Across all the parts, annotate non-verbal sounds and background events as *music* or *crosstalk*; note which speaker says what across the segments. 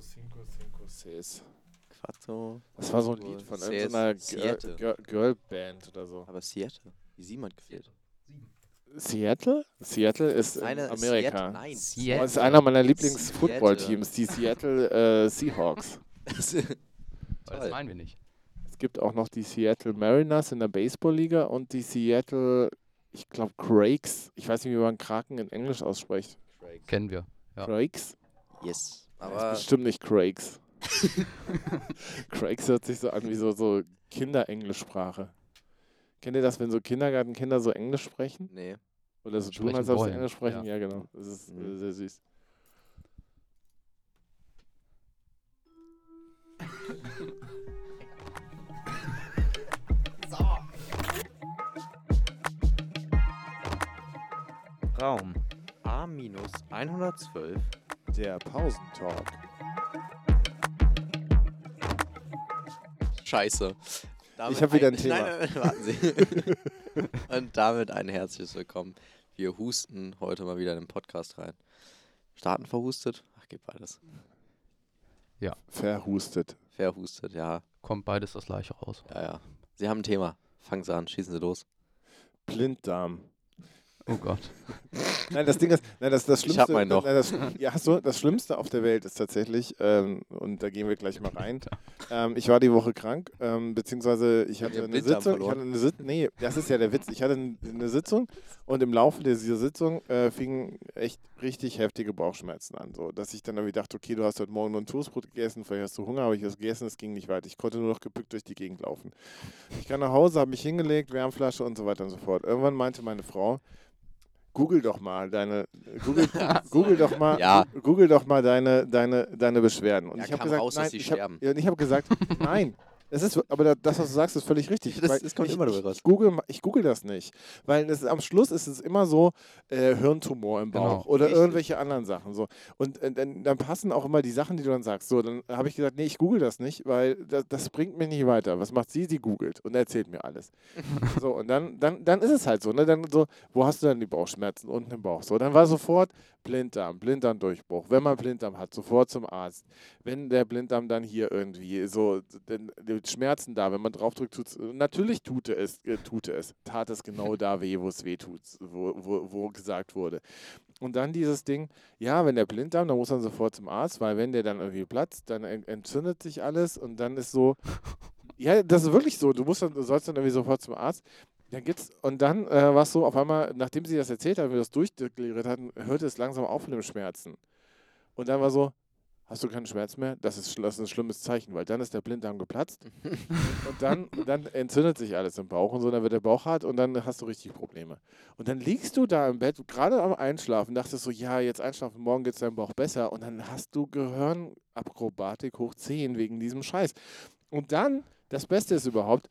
Speaker 1: Cinco, Cinco, Seis.
Speaker 2: Quattro.
Speaker 1: Das war so ein Lied von
Speaker 2: Seis,
Speaker 1: irgendeiner
Speaker 2: Siete.
Speaker 1: Girl- Girl- Girlband oder so.
Speaker 2: Aber Seattle. Wie Siemens gefehlt.
Speaker 1: Seattle? Seattle ist in
Speaker 2: Eine
Speaker 1: Amerika.
Speaker 2: Seattle, nein.
Speaker 3: Seattle.
Speaker 1: Das ist einer meiner Lieblings-Football-Teams, die Seattle äh, Seahawks.
Speaker 3: Aber das meinen wir nicht.
Speaker 1: Es gibt auch noch die Seattle Mariners in der Baseballliga und die Seattle, ich glaube, Craigs. Ich weiß nicht, wie man Kraken in Englisch ausspricht.
Speaker 3: Kennen wir. Ja.
Speaker 1: Craigs?
Speaker 2: *laughs* yes.
Speaker 1: Das
Speaker 2: Aber
Speaker 1: ist bestimmt nicht Craigs. *laughs* Craigs hört sich so an wie so, so Kinderenglischsprache. Kennt ihr das, wenn so Kindergartenkinder so Englisch sprechen?
Speaker 2: nee.
Speaker 1: Oder so tun,
Speaker 3: Sprechen
Speaker 1: als ob sie
Speaker 3: wollen,
Speaker 1: Englisch sprechen?
Speaker 3: ja.
Speaker 1: Ja, genau. Das ist äh,
Speaker 2: Mhm.
Speaker 1: sehr süß.
Speaker 2: Raum A-112.
Speaker 1: Der Pausentalk.
Speaker 2: Scheiße. Damit
Speaker 1: hab wieder ein Thema.
Speaker 2: *laughs* Nein, nein, warten
Speaker 1: *laughs*
Speaker 2: Sie. Und damit ein herzliches Willkommen. Wir husten heute mal wieder in den Podcast rein. Starten verhustet? Ach, geht beides.
Speaker 1: Verhustet.
Speaker 2: Verhustet, ja.
Speaker 3: Kommt beides das gleiche raus.
Speaker 2: Ja, ja. Sie haben ein Thema. Fangen Sie an, schießen Sie los.
Speaker 1: Blinddarm.
Speaker 3: Oh Gott.
Speaker 1: Nein, das Ding ist, nein, das, das
Speaker 2: Ich
Speaker 1: Schlimmste.
Speaker 2: hab meinen doch.
Speaker 1: Nein, das, ja, hast du, das Schlimmste auf der Welt ist tatsächlich, ähm, und da gehen wir gleich mal rein. Ähm, ich war die Woche krank, ähm, beziehungsweise ich
Speaker 2: Ihr
Speaker 1: hatte eine
Speaker 2: Blinddarm
Speaker 1: Sitzung. Ich
Speaker 2: verloren.
Speaker 1: hatte eine Sit nee, das ist ja der Witz. Ich hatte eine Sitzung und im Laufe dieser Sitzung äh, fingen echt richtig heftige Bauchschmerzen an. So, dass ich dann irgendwie dachte, okay, du hast heute Morgen nur ein Toastbrot gegessen, vielleicht hast du Hunger, aber ich habe gegessen, es ging nicht weiter. Ich konnte nur noch gebückt durch die Gegend laufen. Ich kam nach Hause, habe mich hingelegt, Wärmflasche und so weiter und so fort. Irgendwann meinte meine Frau, Google doch mal deine
Speaker 2: *laughs*
Speaker 1: Google, Google doch mal
Speaker 2: Ja.
Speaker 1: Google doch mal deine deine deine Beschwerden und
Speaker 2: Ja,
Speaker 1: ich habe
Speaker 2: kam
Speaker 1: gesagt
Speaker 2: raus, dass
Speaker 1: nein
Speaker 2: sie
Speaker 1: ich hab-
Speaker 2: sterben.
Speaker 1: ja, und ich habe
Speaker 2: *laughs*
Speaker 1: gesagt nein es ist aber da- das was du sagst ist völlig richtig
Speaker 2: Das-
Speaker 1: weil
Speaker 2: das kommt
Speaker 1: ich,
Speaker 2: immer dabei
Speaker 1: ich,
Speaker 2: raus.
Speaker 1: ich google ma- ich google das nicht weil es, am Schluss ist es immer so äh, Hirntumor im
Speaker 3: Genau.
Speaker 1: Bauch oder
Speaker 2: Richtig.
Speaker 1: irgendwelche anderen Sachen so und äh, dann, dann passen auch immer die Sachen die du dann sagst so dann habe ich gesagt nee ich google das nicht weil das, das bringt mich nicht weiter was macht sie sie googelt und erzählt mir alles so, und dann, dann, dann ist es halt so, ne? Dann so, wo hast du denn die Bauchschmerzen? Unten im Bauch. So, dann war sofort Blinddarm, Blinddarmdurchbruch. Wenn man Blinddarm hat, sofort zum Arzt. Wenn der Blinddarm dann hier irgendwie so, dann die Schmerzen da, wenn man draufdrückt, tut's, äh, natürlich tut es, äh, tut es, tat es genau da weh, wo es weh tut, wo, wo, wo gesagt wurde. Und dann dieses Ding, ja, wenn der Blinddarm, dann muss man sofort zum Arzt, weil wenn der dann irgendwie platzt, dann en- entzündet sich alles und dann ist so, ja, das ist wirklich so. Du musst dann, du sollst dann irgendwie sofort zum Arzt. Dann gibt's, und dann äh, war es so, auf einmal, nachdem sie das erzählt haben, wir das durchdeklariert hatten, hörte es langsam auf mit dem Schmerzen. Und dann war so, hast du keinen Schmerz mehr? Das ist, schl- das ist ein schlimmes Zeichen, weil dann ist der Blinddarm geplatzt und dann, dann entzündet sich alles im Bauch und so, dann wird der Bauch hart und dann hast du richtig Probleme. Und dann liegst du da im Bett, gerade am Einschlafen, dachtest so, ja, jetzt einschlafen, morgen geht es deinem Bauch besser und dann hast du Gehirnakrobatik hoch 10 wegen diesem Scheiß. Und dann, das Beste ist überhaupt,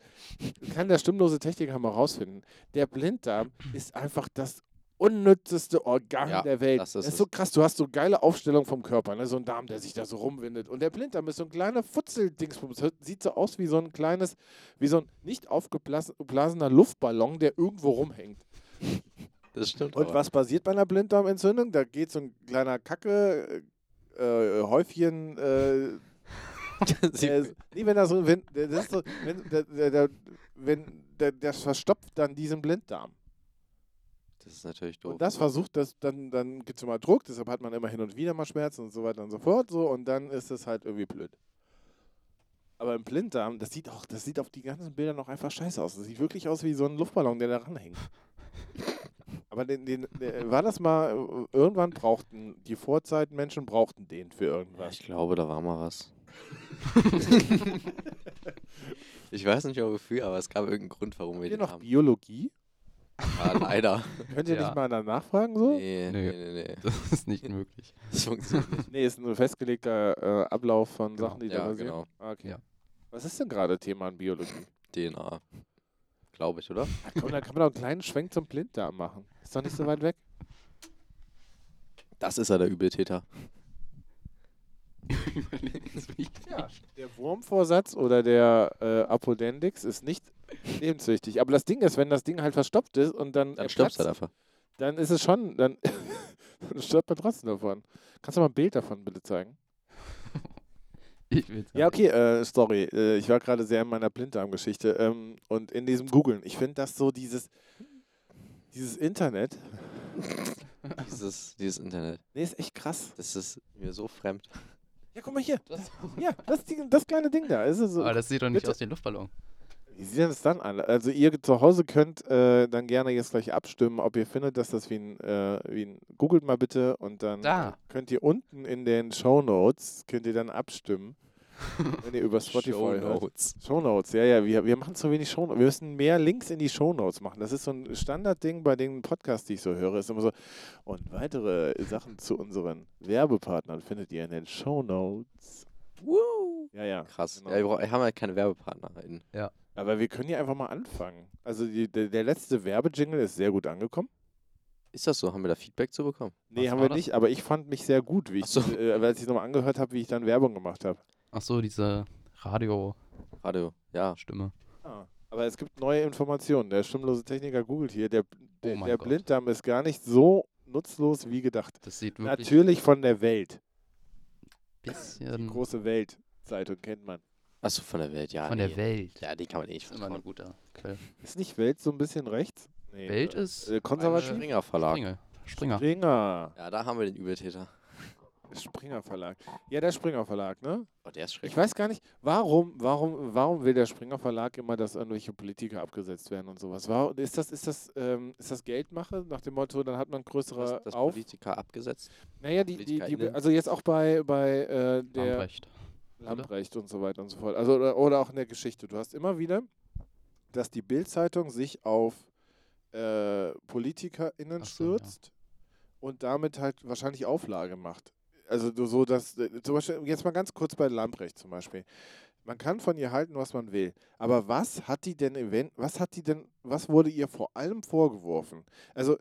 Speaker 1: kann der stimmlose Techniker mal rausfinden, der Blinddarm ist einfach das unnützeste Organ
Speaker 2: Ja,
Speaker 1: der Welt.
Speaker 2: das ist
Speaker 1: das
Speaker 2: es.
Speaker 1: ist so krass, du hast so geile Aufstellung vom Körper, ne? so ein Darm, der sich da so rumwindet. Und der Blinddarm ist so ein kleiner Futzeldingsbums, Hört- sieht so aus wie so ein kleines, wie so ein nicht aufgeblasener Luftballon, der irgendwo rumhängt.
Speaker 2: Das stimmt.
Speaker 1: Und was passiert bei einer Blinddarmentzündung? Da geht so ein kleiner Kacke, äh, äh, Häufchen, äh,
Speaker 2: *laughs* Sie,
Speaker 1: der ist, nee, wenn da so, wenn, der- das ist so, wenn, der, der, der, wenn der, das verstopft dann diesen Blinddarm.
Speaker 2: das ist natürlich doof.
Speaker 1: Und das versucht, das, dann, dann gibt es immer Druck, deshalb hat man immer hin und wieder mal Schmerzen und so weiter und so fort. So, und dann ist es halt irgendwie blöd. Aber im Blinddarm, das sieht auch, das sieht auf die ganzen Bildern auch einfach scheiße aus. Das sieht wirklich aus wie so ein Luftballon, der da
Speaker 2: *laughs*
Speaker 1: ranhängt. Aber den, den, der- war das mal, äh, irgendwann brauchten die Vorzeitmenschen brauchten den für
Speaker 2: Ja,
Speaker 1: irgendwas.
Speaker 2: ich glaube, da war mal was. ich weiß nicht mehr wofür, aber es gab irgendeinen Grund, warum wir
Speaker 1: Habt ihr
Speaker 2: den
Speaker 1: noch
Speaker 2: haben.
Speaker 1: Biologie?
Speaker 2: Ja,
Speaker 1: *laughs*
Speaker 2: leider.
Speaker 1: Könnt ihr
Speaker 3: Ja.
Speaker 1: nicht mal danach fragen so?
Speaker 2: Nee, nee,
Speaker 3: Nee.
Speaker 2: nee, nee.
Speaker 3: *laughs* Das ist nicht *laughs* möglich.
Speaker 2: Das funktioniert nicht.
Speaker 1: Nee, ist ein festgelegter äh, Ablauf von
Speaker 3: Genau.
Speaker 1: Sachen, die da
Speaker 2: Ja,
Speaker 1: passieren.
Speaker 2: genau.
Speaker 1: Ah, Okay.
Speaker 3: Ja.
Speaker 1: Was ist denn gerade Thema in Biologie?
Speaker 2: DNA. Glaube ich, oder?
Speaker 1: Komm, da kann man doch einen kleinen Schwenk zum Blinddarm machen. Ist doch nicht so weit weg.
Speaker 2: Das ist er, der Übeltäter.
Speaker 3: Überlebenswichtig.
Speaker 1: Der Wurmvorsatz oder der äh, Apodendix ist nicht lebenssüchtig. Aber das Ding ist, wenn das Ding halt verstopft ist und dann,
Speaker 2: Dann halt
Speaker 1: er
Speaker 2: stirbst du
Speaker 1: platzt,
Speaker 2: dafür.
Speaker 1: dann *laughs* ist es schon, dann, dann stirbt man trotzdem davon. Kannst du mal ein Bild davon bitte zeigen?
Speaker 3: Ich will's
Speaker 1: Ja,
Speaker 3: gar
Speaker 1: okay, äh, sorry. Äh, ich war gerade sehr in meiner Blinddarmgeschichte ähm, und in diesem Googlen. Ich finde das so dieses, dieses Internet,
Speaker 2: Dieses, dieses Internet.
Speaker 1: nee, ist echt krass.
Speaker 2: Das ist mir so fremd.
Speaker 1: Ja, guck mal hier.
Speaker 3: nicht. Das,
Speaker 1: Ja, das, Ding- das kleine Ding da. Ist es so,
Speaker 3: aber das sieht doch nicht
Speaker 1: bitte.
Speaker 3: aus dem Luftballon.
Speaker 1: Wie sieht das dann an? Also ihr zu Hause könnt äh, dann gerne jetzt gleich abstimmen, ob ihr findet, dass das wie ein, äh, wie ein googelt mal bitte und dann
Speaker 3: Da.
Speaker 1: könnt ihr unten in den Show Notes könnt ihr dann abstimmen, wenn ihr über Spotify ne? hört.
Speaker 2: Notes.
Speaker 1: Show Notes, ja, ja, wir, wir machen zu wenig Show Wir müssen mehr Links in die Show Notes machen. Das ist so ein Standardding bei den Podcasts, die ich so höre. Ist immer so. Und weitere Sachen zu unseren Werbepartnern findet ihr in den Show Notes. Ja, ja.
Speaker 2: Krass.
Speaker 1: Genau.
Speaker 2: Ja, wir brauchen- wir haben halt keine Werbepartner. In.
Speaker 1: Aber wir können ja einfach mal anfangen. Also die, der, der letzte Werbejingle ist sehr gut angekommen.
Speaker 2: Ist das so? Haben wir da Feedback zu bekommen?
Speaker 1: Nee,
Speaker 3: Was
Speaker 1: haben
Speaker 3: war
Speaker 1: wir
Speaker 3: das?
Speaker 1: nicht, aber ich fand mich sehr gut, wie ich,
Speaker 2: Ach so.
Speaker 1: äh, als ich es nochmal angehört habe, wie ich dann Werbung gemacht habe.
Speaker 3: Ach so, diese Radiostimme.
Speaker 2: Radio. Ja.
Speaker 1: Ah, Aber es gibt neue Informationen. Der stimmlose Techniker googelt hier. Der, der,
Speaker 3: Oh mein
Speaker 1: der
Speaker 3: Gott.
Speaker 1: Blinddarm ist gar nicht so nutzlos wie gedacht.
Speaker 3: Das sieht wirklich
Speaker 1: Natürlich von der Welt.
Speaker 3: ein bisschen von
Speaker 1: Große Welt-Zeitung kennt man.
Speaker 2: Achso, von der Welt. Ja. nee.
Speaker 3: der Welt.
Speaker 2: Ja, die kann man eh nicht
Speaker 3: ist immer eine
Speaker 2: vertrauen.
Speaker 3: gute Quelle.
Speaker 1: Ist nicht Welt so ein bisschen rechts? Nee,
Speaker 3: Welt
Speaker 1: äh,
Speaker 3: ist
Speaker 1: äh, konservativ?
Speaker 2: Springer Verlag.
Speaker 3: Springer. Springer.
Speaker 1: Springer.
Speaker 2: Ja, da haben wir den Übeltäter.
Speaker 1: Springer Verlag. Ja, der Springer Verlag, ne?
Speaker 2: Oh, der ist schrecklich.
Speaker 1: Ich weiß gar nicht, warum, warum, warum will der Springer Verlag immer, dass irgendwelche Politiker abgesetzt werden und sowas? Warum, ist das, ist das, ähm, ist das Geldmache nach dem Motto, dann hat man größere
Speaker 2: das
Speaker 1: äh, auf?
Speaker 2: Politiker abgesetzt.
Speaker 1: Naja, die, die, die,
Speaker 2: PolitikerInnen?
Speaker 1: also jetzt auch bei, bei äh, der
Speaker 3: Lambrecht.
Speaker 1: Lambrecht und so weiter und so fort. Also oder, oder auch in der Geschichte. Du hast immer wieder, dass die Bild-Zeitung sich auf äh, PolitikerInnen
Speaker 3: Ach so, ja.
Speaker 1: stürzt und damit halt wahrscheinlich Auflage macht. Also du so, dass äh, zum Beispiel jetzt mal ganz kurz bei Lambrecht zum Beispiel. Man kann von ihr halten, was man will. Aber was hat die denn event, was hat die denn, was wurde ihr vor allem vorgeworfen? Also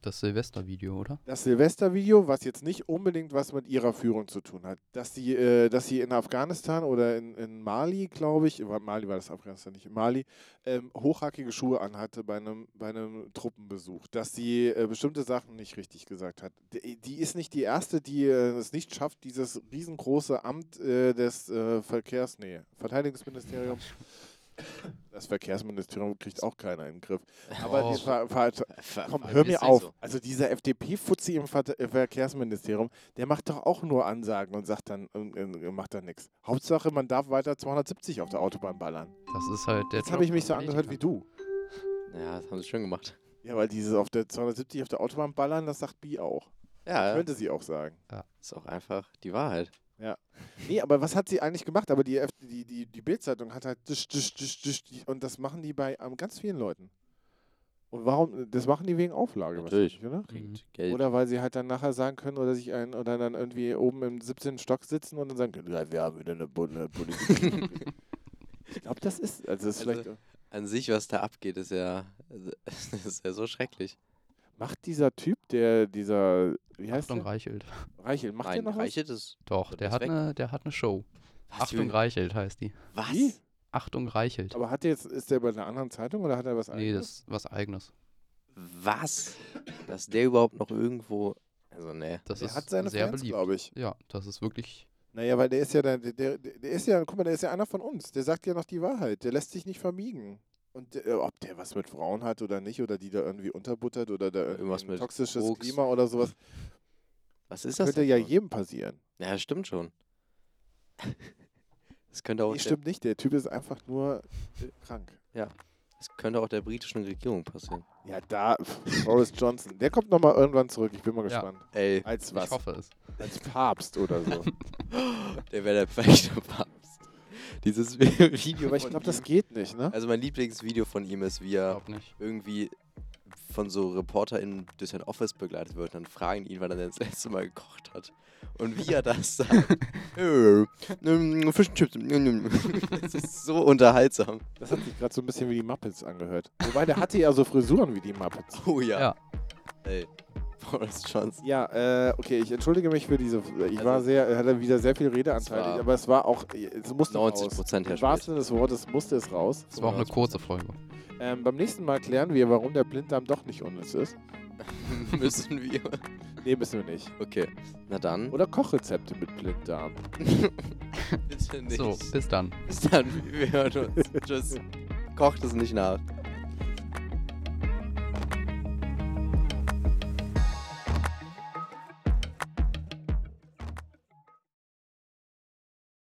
Speaker 3: Das Silvestervideo, oder?
Speaker 1: das Silvestervideo, was jetzt nicht unbedingt was mit ihrer Führung zu tun hat, dass sie, äh, dass sie in Afghanistan oder in, in Mali, glaube ich, war- Mali war das Afghanistan nicht, in Mali, ähm, hochhackige Schuhe anhatte bei einem, bei einem Truppenbesuch, dass sie äh, bestimmte Sachen nicht richtig gesagt hat. D die ist nicht die Erste, die äh, es nicht schafft, dieses riesengroße Amt äh, des äh, Verkehrs, nee, Verteidigungsministeriums. Das Verkehrsministerium kriegt auch keiner in den Griff. Aber
Speaker 3: Oh.
Speaker 1: die Ver Ver
Speaker 2: Äh, Ver-
Speaker 1: Komm,
Speaker 2: ver-
Speaker 1: hör
Speaker 2: ist
Speaker 1: mir
Speaker 2: nicht
Speaker 1: auf.
Speaker 2: so.
Speaker 1: Also dieser FDP-Fuzzi im Ver äh, Verkehrsministerium, der macht doch auch nur Ansagen und sagt dann, und, und, und macht dann nichts. Hauptsache, man darf weiter 270 auf der Autobahn ballern.
Speaker 3: Das ist halt der
Speaker 1: Jetzt
Speaker 2: genau,
Speaker 1: habe ich mich so
Speaker 3: von
Speaker 1: angehört wie
Speaker 3: Politikern.
Speaker 1: du.
Speaker 2: Ja, das haben sie schön gemacht.
Speaker 1: Ja, weil dieses auf der 270 auf der Autobahn ballern, das sagt Bi auch.
Speaker 2: Ja,
Speaker 1: Könnte sie auch sagen.
Speaker 2: ist auch einfach die Wahrheit.
Speaker 1: Nee, aber was hat sie eigentlich gemacht? Aber die, F die, die, die Bild-Zeitung hat halt disch, disch, disch, disch, die- und das machen die bei ähm, ganz vielen Leuten. Und warum? Das machen die wegen Auflage,
Speaker 2: Natürlich.
Speaker 1: wahrscheinlich, oder?
Speaker 3: Mhm.
Speaker 2: Geld.
Speaker 1: Oder weil sie halt dann nachher sagen können oder sich ein oder dann irgendwie oben im 17. Stock sitzen und dann sagen, können, ja, wir haben wieder eine bunte
Speaker 3: *laughs*
Speaker 1: Politik. ich glaube, das ist, also das ist
Speaker 2: Also-
Speaker 1: vielleicht,
Speaker 2: An sich, was da abgeht, ist ja, *laughs* ist ja so schrecklich.
Speaker 1: macht dieser Typ, der dieser, wie heißt
Speaker 3: Achtung Reichelt.
Speaker 1: der? Reichel, macht der
Speaker 2: Nein,
Speaker 1: noch
Speaker 2: Reichelt ist.
Speaker 3: Doch,
Speaker 2: Wird
Speaker 3: der
Speaker 2: das
Speaker 3: hat,
Speaker 2: weg?
Speaker 3: eine, der hat eine Show.
Speaker 2: Was?
Speaker 3: Achtung
Speaker 2: Junge?
Speaker 3: Reichelt heißt die.
Speaker 1: was?
Speaker 2: Was?
Speaker 1: Wie?
Speaker 3: Achtung Reichelt.
Speaker 1: Aber hat der jetzt, ist der bei einer anderen Zeitung oder hat er was
Speaker 3: nee,
Speaker 1: eigenes?
Speaker 3: das ist was Eigenes.
Speaker 2: Was? Dass der überhaupt noch irgendwo. Also, ne.
Speaker 3: Das
Speaker 1: der
Speaker 3: ist
Speaker 1: hat seine
Speaker 3: sehr
Speaker 1: Fans,
Speaker 3: beliebt.
Speaker 1: glaube ich.
Speaker 3: Ja, das ist wirklich.
Speaker 1: Naja, weil der ist ja, der, der, der ist ja, guck mal, der ist ja einer von uns. Der sagt ja noch die Wahrheit. Der lässt sich nicht vermiegen. Und der, ob der was mit Frauen hat oder nicht, oder die da irgendwie unterbuttert oder da irgendwie
Speaker 2: irgendwas
Speaker 1: ein
Speaker 2: mit
Speaker 1: toxisches
Speaker 2: Koks.
Speaker 1: Klima oder sowas,
Speaker 2: Was ist das?
Speaker 1: könnte
Speaker 2: denn
Speaker 1: ja
Speaker 2: schon?
Speaker 1: jedem passieren.
Speaker 2: Ja, stimmt schon. *laughs* Das könnte, auch
Speaker 1: Nee,
Speaker 2: der,
Speaker 1: stimmt nicht. Der Typ ist einfach nur äh, krank.
Speaker 2: das könnte auch der britischen Regierung passieren.
Speaker 1: Ja, da, pff, Boris Johnson. Der kommt nochmal irgendwann zurück. Ich bin mal
Speaker 3: Ja.
Speaker 1: gespannt.
Speaker 2: Ey,
Speaker 1: Als
Speaker 3: Ich
Speaker 1: was?
Speaker 3: hoffe es.
Speaker 1: Als Papst oder
Speaker 3: *laughs*
Speaker 1: so.
Speaker 2: *laughs* der wäre der perfekte Papst. Dieses *laughs* Video.
Speaker 1: Aber ich
Speaker 2: von
Speaker 1: glaube, das
Speaker 2: ihm-
Speaker 1: geht nicht, ne?
Speaker 2: Also, mein Lieblingsvideo von ihm ist, wie er
Speaker 3: Glaub nicht.
Speaker 2: irgendwie von so ReporterInnen durch sein Office begleitet wird und dann fragen ihn, wann er denn das letzte Mal gekocht hat. Und wie er das sagt. äh, ähm, Fish and Chips. ähm, ähm. das ist so unterhaltsam.
Speaker 1: Das hat sich gerade so ein bisschen wie die Muppets angehört. Wobei, der hatte ja so Frisuren wie die Muppets.
Speaker 2: Oh ja.
Speaker 3: Ja.
Speaker 2: Ey, Boris Johnson.
Speaker 1: Ja, äh, okay, ich entschuldige mich für diese. äh, Ich war
Speaker 2: Also-
Speaker 1: sehr, hatte wieder sehr viel Redeanteil,
Speaker 2: Es war-
Speaker 1: aber es war auch, äh, es musste
Speaker 2: 90
Speaker 1: raus.
Speaker 2: Prozent
Speaker 1: Im
Speaker 2: Herr Schmidt.
Speaker 1: wahrsten Sinne des Wortes musste es raus. *laughs*
Speaker 3: Das war auch eine kurze Folge.
Speaker 1: Ähm, beim nächsten Mal klären wir, warum der Blinddarm doch nicht unnütz ist.
Speaker 2: *laughs* Müssen wir.
Speaker 1: Nee, müssen wir nicht.
Speaker 2: Okay. Na dann. *laughs*
Speaker 1: Oder Kochrezepte mit Blinddarm.
Speaker 2: Bitte nicht.
Speaker 3: So, bis dann.
Speaker 2: bis dann. Wir hören uns. Tschüss. Kocht es nicht nach.